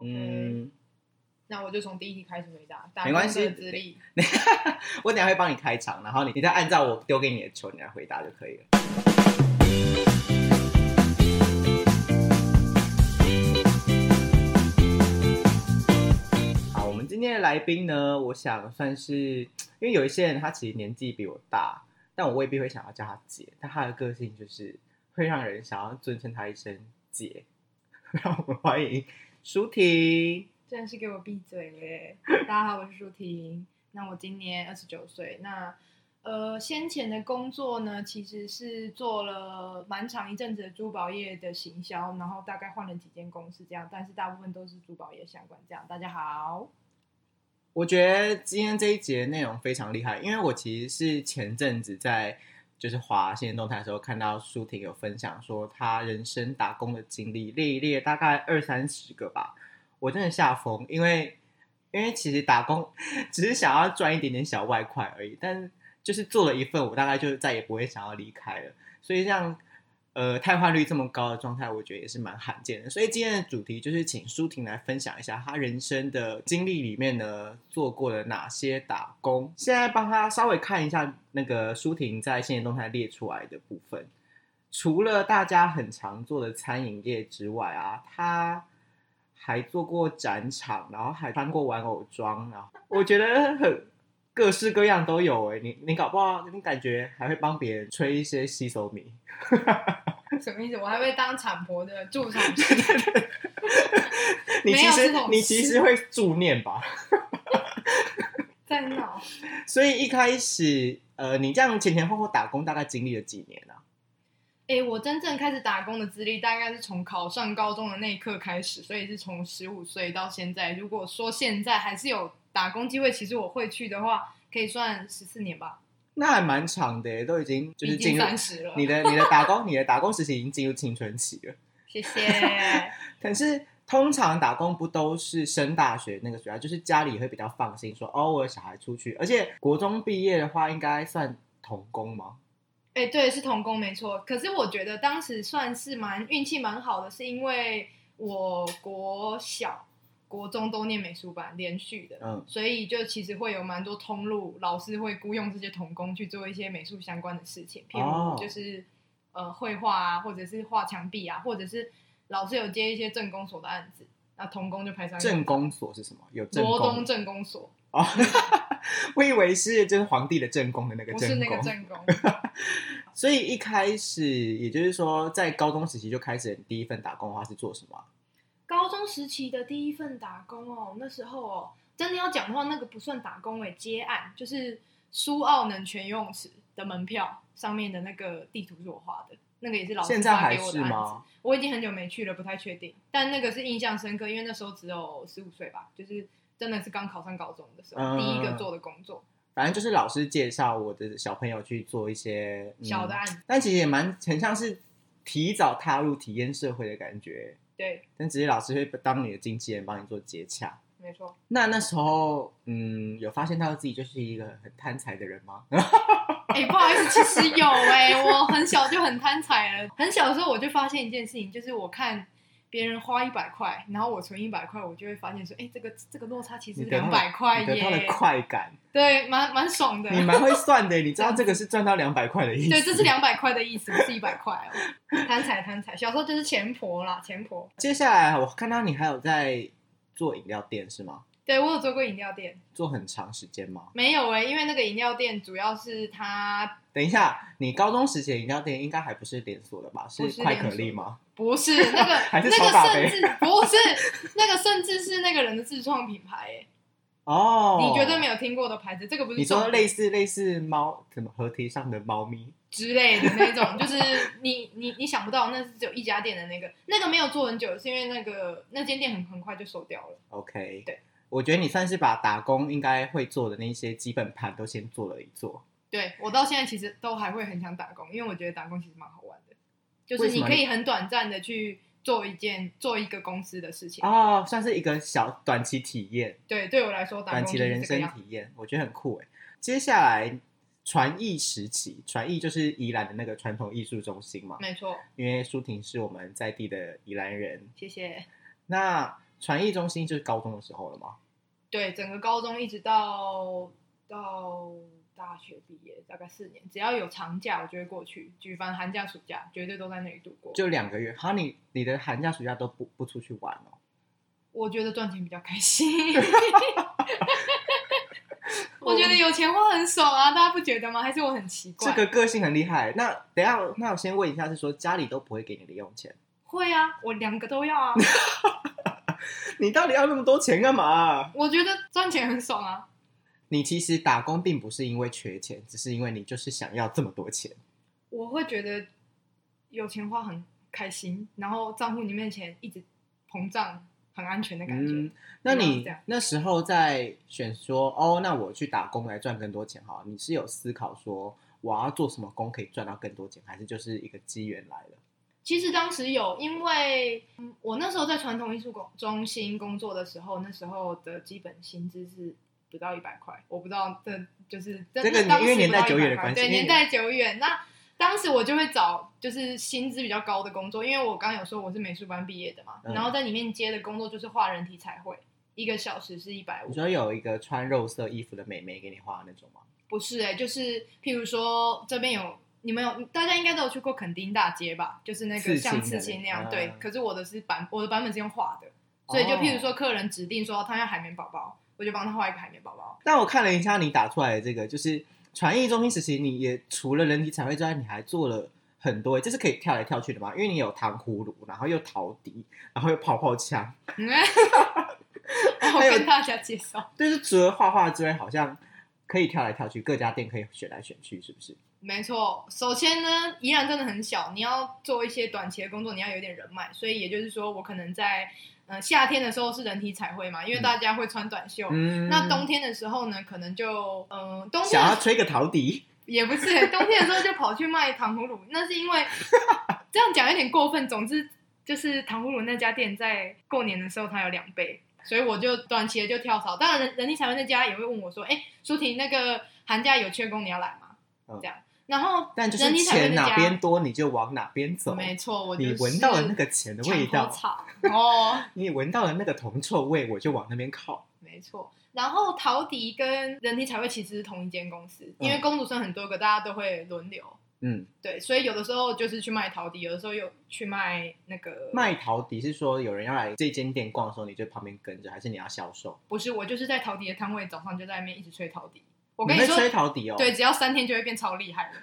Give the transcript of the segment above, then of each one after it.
嗯，那我就从第一题开始回答。打没关系工的资历， 我等一下会帮你开场，然后你你再按照我丢给你的球，你来回答就可以了。好，我们今天的来宾呢，我想算是，因为有一些人他其实年纪比我大，但我未必会想要叫他姐，但他的个性就是会让人想要尊称他一声姐。 让我们欢迎舒婷。真的是给我闭嘴嘞！大家好，我是舒婷。那我今年二十九岁。那呃，先前的工作呢，其实是做了蛮长一阵子的珠宝业的行销，然后大概换了几间公司这样，但是大部分都是珠宝业相关这样。大家好， 我觉得今天这一节内容非常厉害，因为我其实是前阵子在就是华新闻动态的时候看到舒婷有分享说她人生打工的经历，列一列大概二三十个吧，我真的吓疯，因为因为其实打工只是想要赚一点点小外快而已，但就是做了一份，我大概就再也不会想要离开了，所以像呃，汰换率这么高的状态，我觉得也是蛮罕见的。所以今天的主题就是请舒婷来分享一下她人生的经历里面呢，做过了哪些打工。现在帮她稍微看一下那个舒婷在现实动态列出来的部分，除了大家很常做的餐饮业之外啊，她还做过展场，然后还穿过玩偶装，然后我觉得很。各式各样都有哎、你你搞不好你感觉还会帮别人吹一些吸手 米，什么意思？我还会当产婆的助产师。你其没有实这种你其实事会助念吧？ 在闹，所以一开始，呃，你这样前前后后打工大概经历了几年啊？哎、我真正开始打工的资历大概是从考上高中的那一刻开始，所以是从十五岁到现在。如果说现在还是有打工机会，其实我会去的话，可以算十四年吧，那还蛮长的耶，都已经就是已进经入三十了。你的你的打工 你的打工时期已经进入青春期了。谢谢。可是通常打工不都是升大学那个学校，就是家里会比较放心说，哦，我的小孩出去，而且国中毕业的话，应该算童工吗？哎、对，是童工没错。可是我觉得当时算是蛮运气蛮好的，是因为我国小、国中都念美术班，连续的，嗯所以就其实会有蛮多通路，老师会雇佣这些童工去做一些美术相关的事情，譬哦如就是、呃绘画啊，或者是画墙壁啊，或者是老师有接一些镇公所的案子，那童工就派上镇公所是什么？有镇罗东公镇公所，哦，我以为是就是皇帝的正宫的那个不正是宫，那个镇公。 所以一开始，也就是说，在高中时期就开始你第一份打工的话是做什么啊、高中时期的第一份打工哦，那时候哦，真的要讲的话，那个不算打工诶、欸接案就是苏澳能泉游泳池的门票上面的那个地图是我画的，那个也是老师现在发还给我是的案子。吗？我已经很久没去了，不太确定，但那个是印象深刻，因为那时候只有十五岁吧，就是真的是刚考上高中的时候，嗯第一个做的工作，反正就是老师介绍我的小朋友去做一些、嗯小的，案子，但其实也蛮很像是提早踏入体验社会的感觉。对，但只是老师会当你的经纪人，帮你做接洽。没错。那那时候，嗯，有发现到自己就是一个很贪财的人吗？ 哎、不好意思，其实有哎、我很小就很贪财了。很小的时候我就发现一件事情，就是我看别人花一百块，然后我存一百块，我就会发现说，哎、这个这个落差其实你得到两了百块你得到耶了，快感，对，蛮蛮爽的。你蛮会算的，你知道这个是赚到两百块的意思。 对，这是两百块的意思，不是一百块哦。贪财贪财，小时候就是钱婆啦，钱婆。接下来我看到你还有在做饮料店是吗？对我有做过饮料店，做很长时间吗？没有哎、因为那个饮料店主要是它等一下，你高中时期的饮料店应该还不是连锁的吧？不是快可丽吗？不是那个 还是那超大个杯甚至不是那个甚至是那个人的自创品牌哎、哦，你绝对没有听过的牌子，这个不是你说重点类似类似猫什么河堤上的猫咪？之类的那种， 就是你你你想不到，那是只有一家店的那个，那个没有做很久，是因为那个那间店很很快就收掉了。 OK，对，我觉得你算是把打工应该会做的那些基本盘都先做了一做。对我到现在其实都还会很想打工，因为我觉得打工其实蛮好玩的，就为是什你么可以很短暂的去做一件做一个公司的事情。哦，算是一个小短期体验，对，对我来说打短工期就的是人这个生样。体验，我觉得很酷哎。接下来传艺时期，传艺就是宜兰的那个传统艺术中心嘛，没错，因为舒婷是我们在地的宜兰人，谢谢。那传艺中心就是高中的时候了嘛。对，整个高中一直到到大学毕业，大概四年，只要有长假，我就会过去。举凡寒假、暑假，绝对都在那里度过。就两个月，哈，你你的寒假暑假都不不出去玩哦？我觉得赚钱比较 开心。我觉得有钱花很爽啊，大家不觉得吗？还是我很奇怪？这个个性很厉害。那等一下，那我先问一下，是说家里都不会给你零用钱？ 会啊，我两个都要啊。你到底要那么多钱干嘛啊？我觉得赚钱很爽啊。你其实打工并不是因为缺钱，只是因为你就是想要这么多钱。我会觉得有钱花很开心，然后账户里面的钱一直膨胀，很安全的感觉。嗯，那主要是你这样那时候在选说哦，那我去打工来赚更多钱哈，你是有思考说我要做什么工可以赚到更多钱，还是就是一个机缘来了？其实当时有，因为嗯我那时候在传统艺术工中心工作的时候，那时候的基本薪资是不到一百块，我不知道这就是这个那当时因为年代不到久远的100块关系对因为年代久远。那当时我就会找就是薪资比较高的工作，因为我刚刚有说我是美术班毕业的嘛，嗯然后在里面接的工作就是画人体彩绘，一个小时是一百你五，说有一个穿肉色衣服的美眉给你画那种吗？不是哎、就是譬如说这边有。你们有大家应该都有去过垦丁大街吧？就是那刺个青像的刺青那那样，个对嗯。可是我的是版，我的版本是用画的，所以就譬如说哦，客人指定说他要海绵宝宝，我就帮他画一个海绵宝 宝。但我看了一下你打出来的这个，就是传艺中心时期，你也除了人体彩绘之外，你还做了很多，这是可以跳来跳去的嘛？因为你有糖葫芦，然后又陶笛，然后又泡泡枪，嗯然后还有跟大家介绍，就是除了画画之外，好像可以跳来跳去，各家店可以选来选去，是不是？没错。首先呢，宜兰真的很小，你要做一些短期的工作，你要有点人脉，所以也就是说，我可能在呃夏天的时候是人体彩绘嘛，因为大家会穿短袖。嗯哦那冬天的时候呢，可能就嗯、呃冬天想的要吹个陶笛，也不是、冬天的时候就跑去卖糖葫芦，那是因为这样讲有点过分。总之就是糖葫芦那家店在过年的时候它有两倍，所以我就短期的就跳槽。当然人人力财会那家也会问我说：“哎、舒婷那个寒假有缺工，你要来吗？”嗯这样，然后但就人是力财会钱那哪家边多你就往哪边走。没错，我就你是闻到了那个钱的味墙头道，草哦，你闻到了那个铜臭味，我就往那边靠。没错。然后陶笛跟人体彩绘其实是同一间公司，因为嗯公主生很多个，大家都会轮流。嗯，对，所以有的时候就是去卖陶笛，有的时候又去卖那个，卖陶笛是说有人要来这间店逛的时候，你就旁边跟着，还是你要销售？不是我就是在陶笛的摊位，早上就在那边一直吹陶笛。我我跟你说，吹陶笛哦，对，，只要三天就会变超厉害的。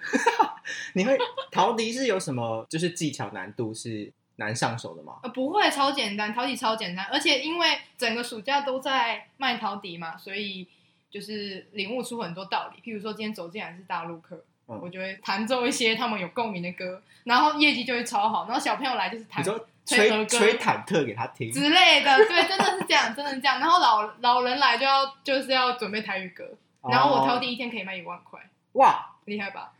你会陶笛是有什么就是技巧难度是难上手的吗？呃，不会，超简单，陶笛超简单，而且因为整个暑假都在卖陶笛嘛，所以就是领悟出很多道理。譬如说今天走进来是大陆客。嗯我就会弹奏一些他们有共鸣的歌，然后业绩就会超好。然后小朋友来就是弹你说吹吹儿歌吹忐忑给他听，之类的，对，真的是这样，真的是这样。然后老老人来就要就是要准备台语歌，然后我哦陶笛一天可以卖一万块，哇，厉害吧？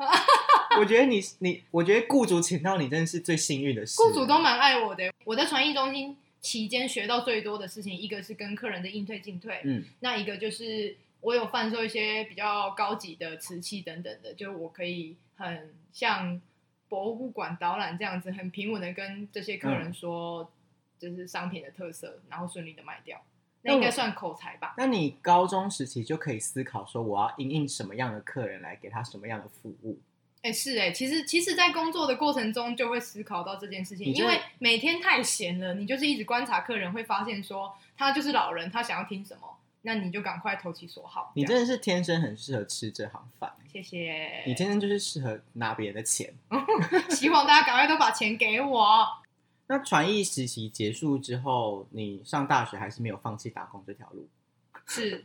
我觉得你你，我觉得雇主请到你真的是最幸运的事。雇主都蛮爱我的。我在传艺中心期间学到最多的事情，一个是跟客人的应对进退，嗯，那一个就是我有贩售一些比较高级的瓷器等等的，就是我可以很像博物馆导览这样子，很平稳的跟这些客人说，就是商品的特色，然后顺利的卖掉。那应该算口才吧？那你高中时期就可以思考说，我要应应什么样的客人来给他什么样的服务，哎、是哎、其实其实，在工作的过程中就会思考到这件事情，你就因为每天太闲了，你就是一直观察客人，会发现说他就是老人，他想要听什么，那你就赶快投其所好。你这样真的是天生很适合吃这行饭，谢谢，你天生就是适合拿别人的钱。 希望大家赶快都把钱给我。那传艺实习结束之后，你上大学还是没有放弃打工这条路，是，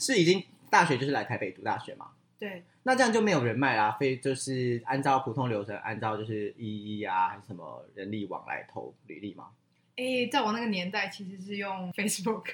是已经大学就是来台北读大学嘛？对，那这样就没有人脉啦，非就是按照普通流程，按照就是一一啊，还是什么人力网来投履历吗？哎、在我那个年代，其实是用 Facebook，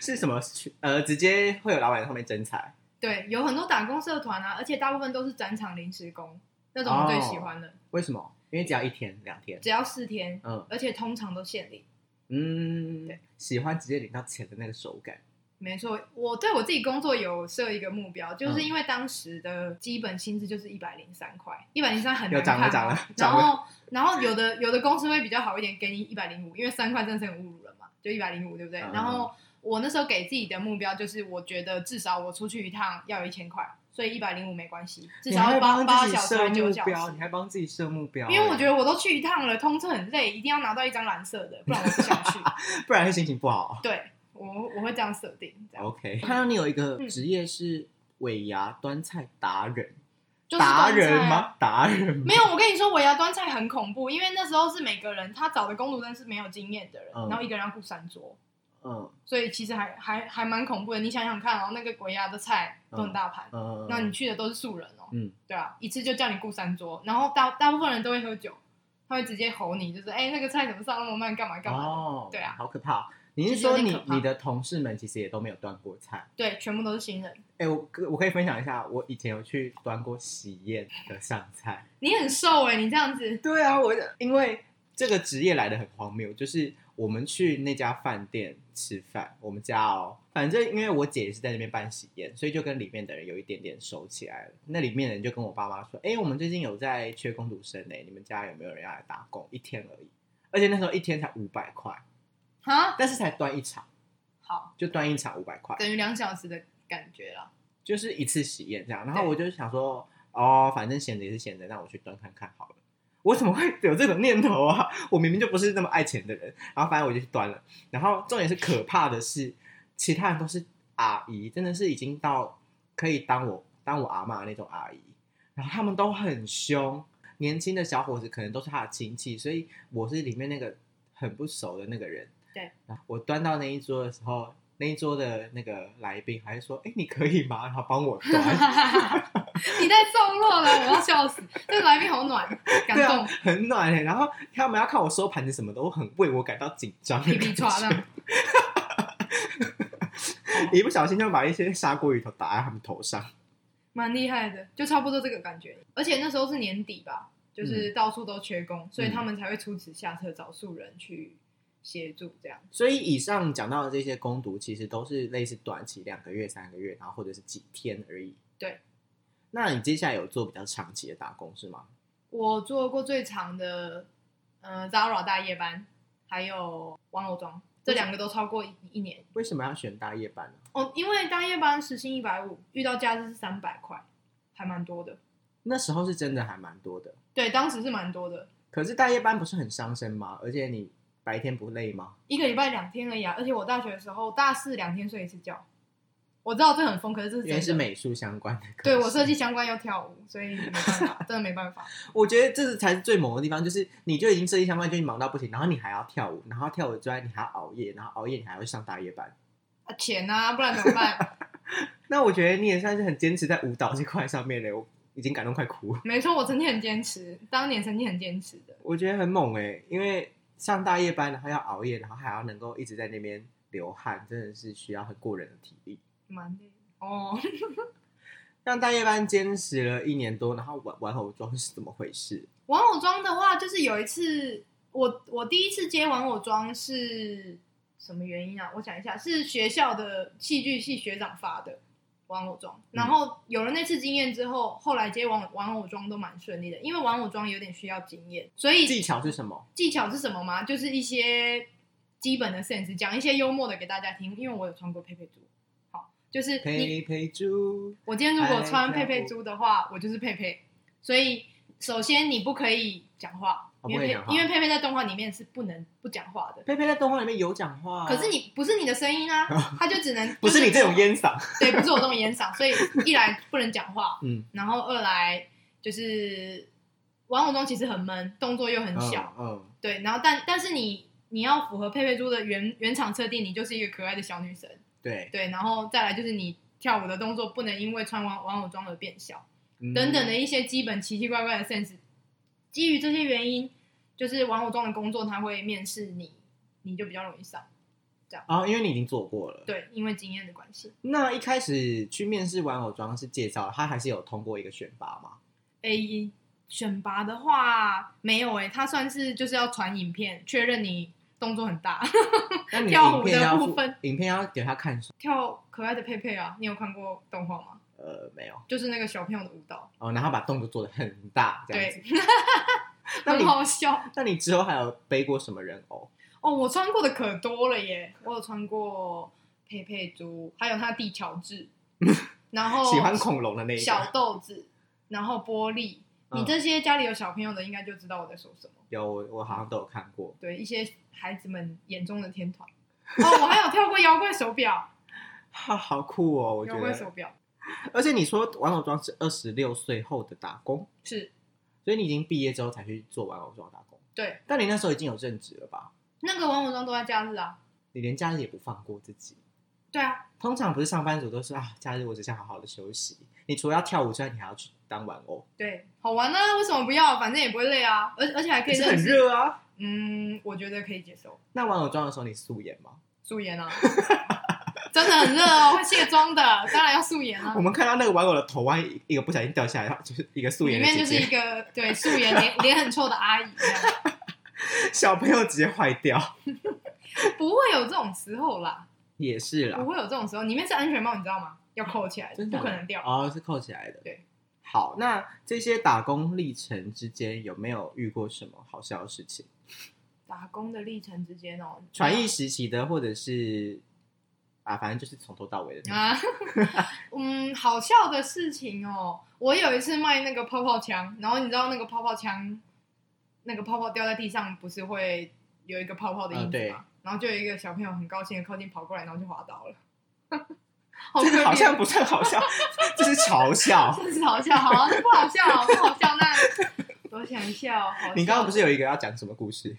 是什么？呃，直接会有老板在后面征才。对，有很多打工社团啊，而且大部分都是展场临时工，那种我最哦喜欢的，为什么？因为只要一天两天，只要四天，嗯而且通常都限领。嗯对，喜欢直接领到钱的那个手感。没错，我对我自己工作有设一个目标，嗯就是因为当时的基本薪资就是一百零三块，一百零三很又难涨了看涨嘛。了然涨了，后，然后有的有的公司会比较好一点，给你一百零五，因为三块真的是很侮辱了嘛，就一百零五，对不对？嗯然后我那时候给自己的目标就是，我觉得至少我出去一趟要有一千块，所以一百零五没关系，至你少还要八帮八自己小时设还九目小标，你时。还帮自己设目标欸，因为我觉得我都去一趟了，通车很累，一定要拿到一张蓝色的，不然我不想 去。得不然会心情不好。对我我会这样设定，这样 OK，看到你有一个嗯职业是尾牙端菜达人，就是达端人菜啊吗？达人吗没有，我跟你说，尾牙端菜很恐怖，因为那时候是每个人他找的工读生是没有经验的人，嗯然后一个人要顾三桌，嗯所以其实还还还蛮恐怖的。你想想看哦，那个尾牙的菜都很大盘，嗯，那、你去的都是素人哦，嗯，对啊，一次就叫你顾三桌，然后大大部分人都会喝酒，他会直接吼你，就是哎、那个菜怎么上那么慢，干嘛干嘛的哦，对啊好可怕。你是其实有说点你可怕你的同事们其实也都没有端过菜？对，全部都是新人。哎、我可我可以分享一下，我以前有去端过喜宴的上菜。你很瘦哎、你这样子，对啊，我因为这个职业来的很荒谬，就是我们去那家饭店吃饭，我们家哦，反正因为我姐也是在那边办喜宴，所以就跟里面的人有一点点熟起来了。那里面的人就跟我爸妈说：“哎、我们最近有在缺工读生呢、你们家有没有人要来打工？一天而已，而且那时候一天才五百块，哈，但是才端一场，好，就端一场五百块。”等于两小时的感觉啦。 就是一次喜宴这样。然后对我就想说，哦，反正闲着也是闲着，那我去端看看好了。我怎么会有这种念头啊？ 我明明就不是那么爱钱的人。然后反正我就去端了。然后重点是可怕的是，其他人都是阿姨，真的是已经到可以当我当我阿妈那种阿姨。然后他们都很凶，年轻的小伙子可能都是他的亲戚，所以我是里面那个很不熟的那个人。对，我端到那一桌的时候，那一桌的那个来宾还是说：“哎，你可以吗？”然后帮我端，你太送落了，我要笑死！这个来宾好暖，感对啊动，，很暖欸然后他们要看我收盘子什么的，我很为我感到紧 张，皮皮抓这样。一不小心就把一些砂锅鱼头打在他们头上。蛮厉害的，就差不多这个感觉。而且那时候是年底吧，就是到处都缺工，所以他们才会出此下策找素人去协助这样。所以以上讲到的这些攻读，其实都是类似短期两个月、三个月，然后或者是几天而已。对。那你接下来有做比较长期的打工是吗？我做过最长的，呃，Zara 大夜班，还有玩偶装，这两个都超过一一年。为什么要选大夜班呢？哦，因为大夜班时薪一百五，遇到假日是三百块，还蛮多的。那时候是真的还蛮多的，对，当时是蛮多的，可是大夜班不是很伤身吗？而且你白天不累吗？一个礼拜两天而已啊。而且我大学的时候，大四两天睡一次觉。我知道这很疯，可是这是因为真是的。美术相关的。对我设计，相关要跳舞，所以没办法，真的没办法。我觉得这是才是最猛的地方，就是你就已经设计相关，就已经忙到不行，然后你还要跳舞，然后跳舞之外你还要熬夜，然后熬夜你还要上大夜班。啊，钱啊，不然怎么办？那我觉得你也算是很坚持在舞蹈这块上面嘞，我已经感动快哭了。没错，我曾经很坚持，当年曾经很坚持的。我觉得很猛哎、因为上大夜班，然后要熬夜，然后还要能够一直在那边流汗，真的是需要很过人的体力。蛮累的哦，让大夜班坚持了一年多，然后玩玩偶装是怎么回事？玩偶装的话，就是有一次，我我第一次接玩偶装是什么原因啊？我想一下，是学校的戏剧系学长发的玩偶装。然后有了那次经验之后，后来接玩玩偶装都蛮顺利的，因为玩偶装有点需要经验，所以技巧是什么？技巧是什么吗？就是一些基本的 sense，讲一些幽默的给大家听，因为我有穿过佩佩猪。好，就是你，陪陪猪，我今天如果穿哎佩佩猪的话，我就是佩佩。所以首先你不可以讲话，哦因不可以为佩讲话因为佩佩在动画里面是不能不讲话的。佩佩在动画里面有讲话啊、可是你不是你的声 音啊，他就只能不是你这种，烟嗓，对，不是我这种烟嗓，所以一来不能讲话，嗯，然后二来就是玩偶中其实很闷，动作又很小，嗯嗯，对，然后但但是你你要符合佩佩猪的原原厂设定，你就是一个可爱的小女生，对，对，然后再来就是你跳舞的动作不能因为穿玩玩偶装而变小，嗯等等的一些基本奇奇怪怪的 sense。基于这些原因，就是玩偶装的工作他会面试你，你就比较容易上。哦，因为你已经做过了。对，因为经验的关系，那一开始去面试玩偶装是介绍，他还是有通过一个选拔 吗？诶，选拔的话没有诶，他算是就是要传影片确认你动作很大， 那你跳影舞片的要部附分影片要给他看什么？跳可爱的佩佩啊，你有看过动画吗？呃，没有就是那个小朋友的舞蹈，哦，然后把动作做的很大这样子。对， 那你很好笑那你之后还有背过什么人偶？哦。我穿过的可多了耶，我有穿过佩佩猪，还有他弟乔 治，然后喜欢恐龙的那一哦小个？豆子，然后玻璃。你嗯这些家里有小朋友的，应该就知道我在说什么。有我我好像都有看过。 对一些孩子们眼中的天团。哦，我还有跳过妖怪手表，好好酷哦， 我觉妖怪得。手表而且你说玩偶装是二十六岁后的打工，是所以你已经毕业之后才去做玩偶装打工。对但你那时候已经有正职了吧？那个玩偶装都在假日啊。你连假日也不放过自己。对啊，通常不是上班族都是啊，假日我只想好好的休息。你除了要跳舞之外，你还要去当玩偶，对，好玩啊，为什么不要？反正也不会累啊，而而且还可可以是认很识。热啊。嗯，我觉得可以接受。那玩偶装的时候你素颜吗？素颜啊， 真的很热哦，会卸妆的，当然要素颜啊我。们看到那个玩偶的头啊，一一个不小心掉下来，然后就是一个素里颜的姐面姐，就是一个对素颜脸脸很臭的阿姨这样，小朋友直接坏掉。不会有这种时候啦，也是啦不，会有这种时候。里面是安全帽，你知道吗？要扣起来，啊 真的不可能掉。哦，是扣起来的。对，好，那这些打工历程之间有没有遇过什么好笑的事情？打工的历程之间哦，传艺时期的，或者是啊，反正就是从头到尾的那种。啊， 嗯，好笑的事情哦。我有一次卖那个泡泡枪，然后你知道那个泡泡枪，那个泡泡掉在地上不是会有一个泡泡的啊印子对吗？然后就有一个小朋友很高兴的靠近跑过来，然后就滑倒了。 好这可个好像怜，不是很好 笑，这是嘲笑。真是好笑，好、啊，不好笑，不好笑。 那我想一下、哦，好笑你刚刚不是有一个要讲什么故事？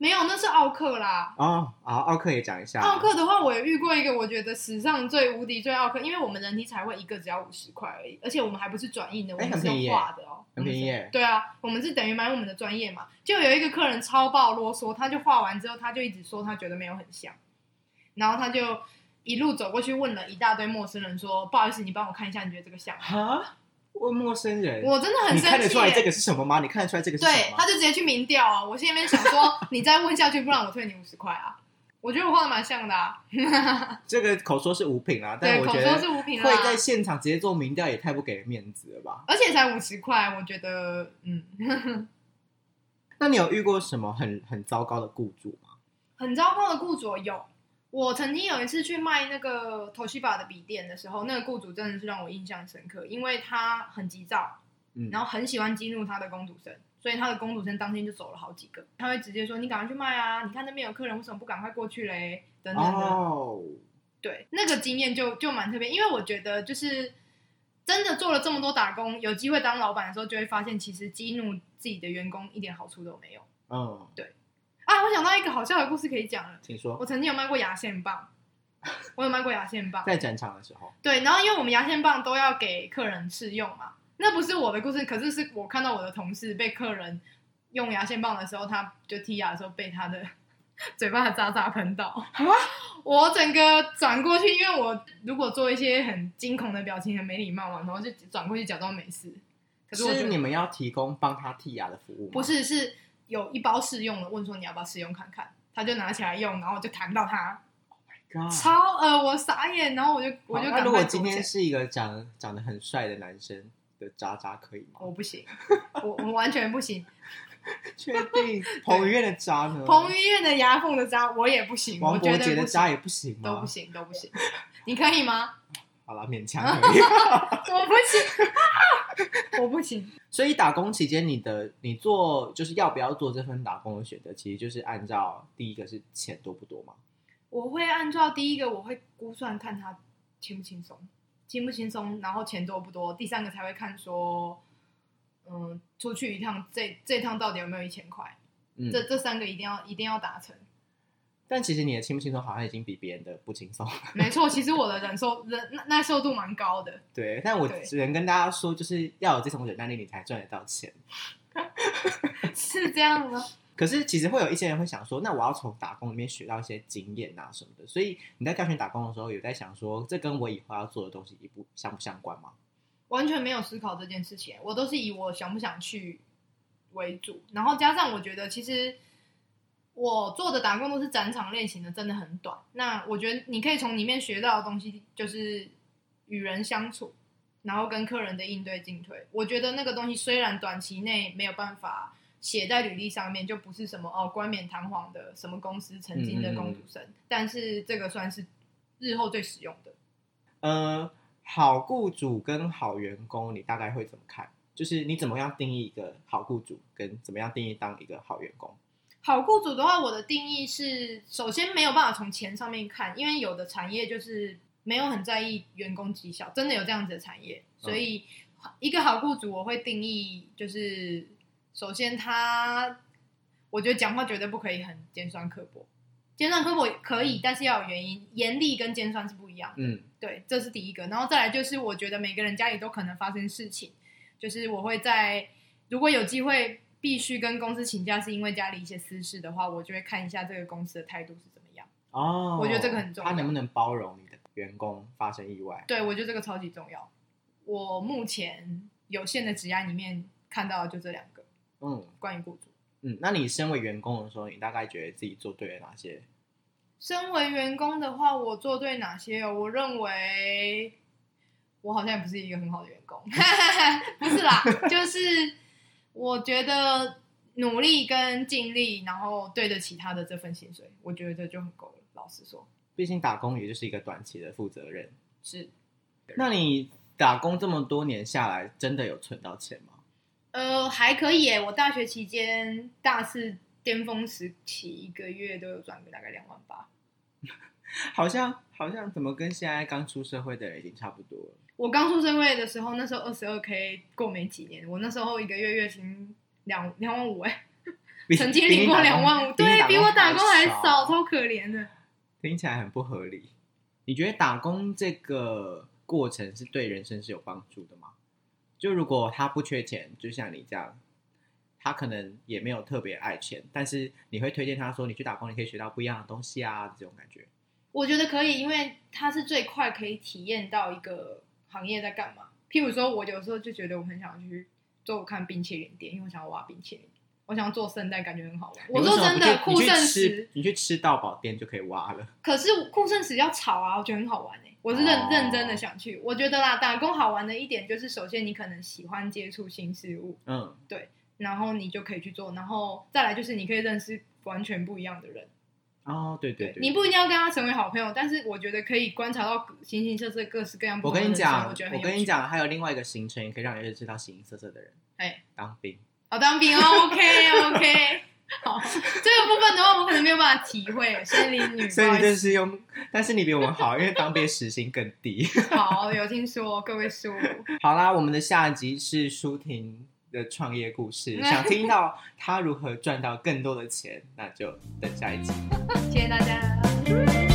没有？那是奥克啦。哦，好，奥克也讲一下。奥克的话，我也遇过一个我觉得史上最无敌最奥克，因为我们人体彩绘一个只要五十块而已，而且我们还不是转印的，我哎们很是便宜用耶画的哦，很便宜我们是耶对啊，我们是等于买我们的专业嘛。就有一个客人超爆啰嗦，他就画完之后，他就一直说他觉得没有很像，然后他就一路走过去问了一大堆陌生人说：“不好意思，你帮我看一下，你觉得这个像吗哈，问陌生人，我真的很你看生得气出来这耶。个是什么吗？你看得出来这个是什对，么他吗？就直接去民调啊！我心里面想说，你再问下去，不然我退你五十块啊！我觉得我画的蛮像的啊，这个口说是无品啦，但对，我口觉说得是无啊凭啦。会在现场直接做民调也太不给人面子了吧？而且才五十块，我觉得，嗯，那你有遇过什么很很糟糕的雇主吗？很糟糕的雇主哦有。我曾经有一次去卖那个 Toshiba 的笔电的时候，那个雇主真的是让我印象深刻，因为他很急躁，嗯，然后很喜欢激怒他的工读生，所以他的工读生当天就走了好几个。他会直接说：“你赶快去卖啊！你看那边有客人，为什么不赶快过去嘞？”等等的。哦，对，那个经验就就蛮特别，因为我觉得就是真的做了这么多打工，有机会当老板的时候，就会发现其实激怒自己的员工一点好处都没有。嗯，啊，我想到一个好笑的故事可以讲了。请说我，曾经有卖过牙线棒，我有卖过牙线棒。在展场的时候，对，然后因为我们牙线棒都要给客人试用嘛，那不是我的故事，可是是我看到我的同事被客人用牙线棒的时候，他就剔牙的时候被他的 嘴巴的渣渣喷啊到， 我整个转过去，因为我如果做一些很惊恐的表情，很没礼貌啊嘛，然后就转过去假装没事。可是我觉是得你们要提供帮他剔牙的服务吗？不，是，是有一包试用的，问说你要不要试用看看，他就拿起来用，然后我就弹到他， God 超呃，我傻眼，然后我就我啊好就那赶如果快今躲起天来。是一个长长得很帅的男生的渣渣可以吗？我不行，我我完全不行。 确定彭于晏的渣呢？彭于晏的牙缝的渣我也不行，我王觉伯得杰的不渣行，也不行吗？都不行，都不行。你可以吗？好啦，勉强可以。 我不行，啊我不行。所以打工期间，你的你做就是要不要做这份打工的选择，其实就是按照第一个是钱多不多嘛。我会按照第一个，我会估算看他轻不轻松，轻不轻松，然后钱多不多。第三个才会看说，嗯，出去一趟，这这趟到底有没有一千块？嗯，这这三个一定要一定要达成。但其实你的轻不轻松好像已经比别人的不轻松。没错，其实我的忍受忍耐耐受度蛮高的。 对，但我对只能跟大家说，就是要有这种忍耐力，你才赚得到钱。是这样吗？可是其实会有一些人会想说，那我要从打工里面学到一些经验啊什么的。所以你在挑选打工的时候，有在想说，这跟我以后要做的东西一不相不相关吗？完全没有思考这件事情，我都是以我想不想去为主，然后加上我觉得其实我做的打工都是展场类型的，真的很短。那我觉得你可以从里面学到的东西就是与人相处，然后跟客人的应对进退。我觉得那个东西虽然短期内没有办法写在履历上面，就不是什么哦冠冕堂皇的什么公司曾经的工读生，但是这个算是日后最实用的。呃，好雇主跟好员工，你大概会怎么看？就是你怎么样定义一个好雇主，跟怎么样定义当一个好员工？好雇主的话，我的定义是，首先没有办法从钱上面看，因为有的产业就是没有很在意员工绩效，真的有这样子的产业，所以一个好雇主我会定义就是，首先他，我觉得讲话绝对不可以很尖酸刻薄，尖酸刻薄可以，但是要有原因，严厉跟尖酸是不一样的。嗯对，这是第一个。然后再来就是，我觉得每个人家里都可能发生事情，就是我会在如果有机会必须跟公司请假，是因为家里一些私事的话，我就会看一下这个公司的态度是怎么样。哦，我觉得这个很重要他能不能包容你的员工发生意外？对我觉得这个超级重要。我目前有限的职涯里面看到的就这两个嗯关于雇主。嗯，那你身为员工的时候，你大概觉得自己做对了哪些？身为员工的话，我做对哪些哦？我认为我好像也不是一个很好的员工， 不是啦，就是我觉得努力跟尽力，然后对得起他的这份薪水，我觉得就很够了。老实说，毕竟打工也就是一个短期的负责任。是那你打工这么多年下来，真的有存到钱吗？呃还可以耶。我大学期间大四巅峰时期，一个月都有赚个大概两万八。好像好像怎么跟现在刚出社会的人已经差不多了。我刚出社会的时候，那时候二十二 k 过没几年，我那时候一个月月薪两两万五哎。比曾经领过两万五，比你对比我打工还少少，，超可怜的。听起来很不合理。你觉得打工这个过程是对人生是有帮助的吗？就如果他不缺钱，就像你这样，他可能也没有特别爱钱，但是你会推荐他说你去打工，你可以学到不一样的东西啊，这种感觉。我觉得可以，因为它是最快可以体验到一个行业在干嘛。譬如说，我有时候就觉得我很想去做看冰淇淋店，因为我想要挖冰淇淋，我想要做圣诞，感觉很好玩。我你为说什么不真的，去酷你去圣吃石，，你去吃到饱店就可以挖了。可是酷圣石要炒啊，我觉得很好玩哎、我是认、哦认真的想去。我觉得啦，打工好玩的一点就是，首先你可能喜欢接触新事物，嗯，然后你就可以去做，然后再来就是你可以认识完全不一样的人。哦，对对对，你不一定要跟他成为好朋友，但是我觉得可以观察到形形色色、各式各样不我同的跟你人生。讲，我觉得我很有跟你趣，讲，还有另外一个行程也可以让你认识到形形色色的人。哎，当兵，好当兵哦，OK OK。好，这个部分的话，我可能没有办法体会。森林女，所以不你好意这思是用，但是你比我们好，因为当兵时薪更低。 好有听说，各位叔，好啦，我们的下集是舒婷的创业故 事，想听到她如何赚到更多的钱，那就等下一集。谢谢大家。